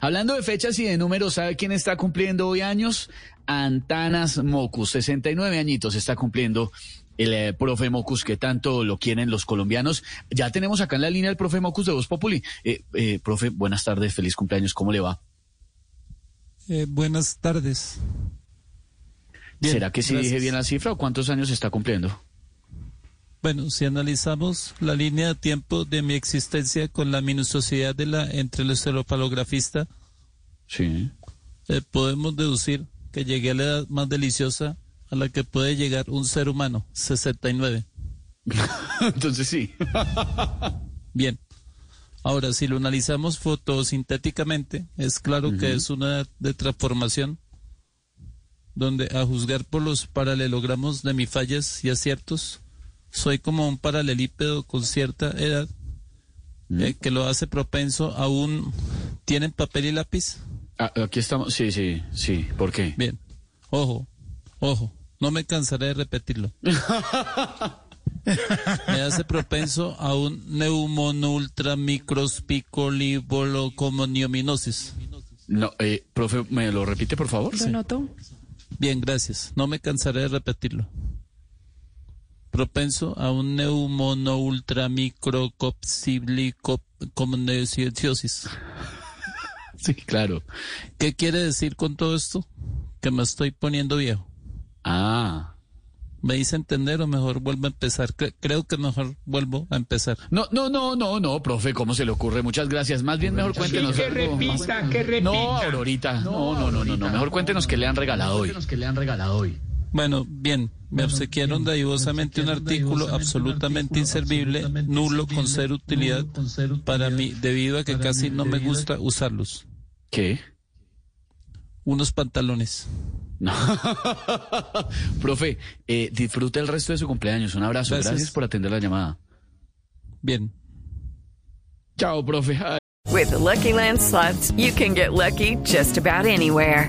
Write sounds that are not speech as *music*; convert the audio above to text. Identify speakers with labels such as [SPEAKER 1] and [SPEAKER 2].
[SPEAKER 1] Hablando de fechas y de números, ¿sabe quién está cumpliendo hoy años? Antanas Mocus, 69 añitos está cumpliendo el eh, profe Mocus, que tanto lo quieren los colombianos. Ya tenemos acá en la línea el profe Mocus de Voz Populi. Eh, eh, profe, buenas tardes, feliz cumpleaños, ¿cómo le va?
[SPEAKER 2] Eh, buenas tardes. Bien,
[SPEAKER 1] ¿Será que sí
[SPEAKER 2] gracias.
[SPEAKER 1] dije bien la cifra o cuántos años está cumpliendo?
[SPEAKER 2] Bueno, si analizamos la línea de tiempo de mi existencia con la minuciosidad de la entre el estelopalografista,
[SPEAKER 1] Sí.
[SPEAKER 2] eh, podemos deducir que llegué a la edad más deliciosa a la que puede llegar un ser humano, 69.
[SPEAKER 1] *laughs* Entonces sí.
[SPEAKER 2] Bien. Ahora, si lo analizamos fotosintéticamente, es claro que es una edad de transformación donde, a juzgar por los paralelogramos de mis fallas y aciertos, soy como un paralelípedo con cierta edad eh, que lo hace propenso a un... ¿Tienen papel y lápiz?
[SPEAKER 1] Ah, aquí estamos. Sí, sí, sí. ¿Por qué?
[SPEAKER 2] Bien. Ojo, ojo, no me cansaré de repetirlo. me hace propenso a un neumonultramicrospicolibolocomoniominosis.
[SPEAKER 1] No, eh, profe, ¿me lo repite, por favor?
[SPEAKER 2] Sí. Bien, gracias. No me cansaré de repetirlo. Propenso a un neumonoultramicrocopsiblicomoniociosis.
[SPEAKER 1] Sí, claro.
[SPEAKER 2] ¿Qué quiere decir con todo esto? Que me estoy poniendo viejo.
[SPEAKER 1] Ah.
[SPEAKER 2] ¿Me hice entender o mejor vuelvo a empezar? Cre- creo que mejor vuelvo a empezar.
[SPEAKER 1] No, no, no, no, no, profe, ¿cómo se le ocurre? Muchas gracias. Más bien, mejor cuéntenos.
[SPEAKER 3] que
[SPEAKER 1] algo más-
[SPEAKER 3] repita, que repita.
[SPEAKER 1] No, Aurorita. No, no, no, no, no. Mejor cuéntenos qué le han regalado hoy.
[SPEAKER 3] que le han regalado hoy.
[SPEAKER 2] Bueno, bien, me obsequieron daivosamente un artículo absolutamente inservible, nulo, con cero utilidad para mí, debido a que casi no me gusta usarlos.
[SPEAKER 1] ¿Qué?
[SPEAKER 2] Unos pantalones.
[SPEAKER 1] No. profe, eh, disfrute el resto de su cumpleaños. Un abrazo. Gracias,
[SPEAKER 2] Gracias.
[SPEAKER 1] por atender la llamada.
[SPEAKER 2] Bien.
[SPEAKER 1] Chao, profe.
[SPEAKER 4] With the Lucky Land slots, you can get lucky just about anywhere.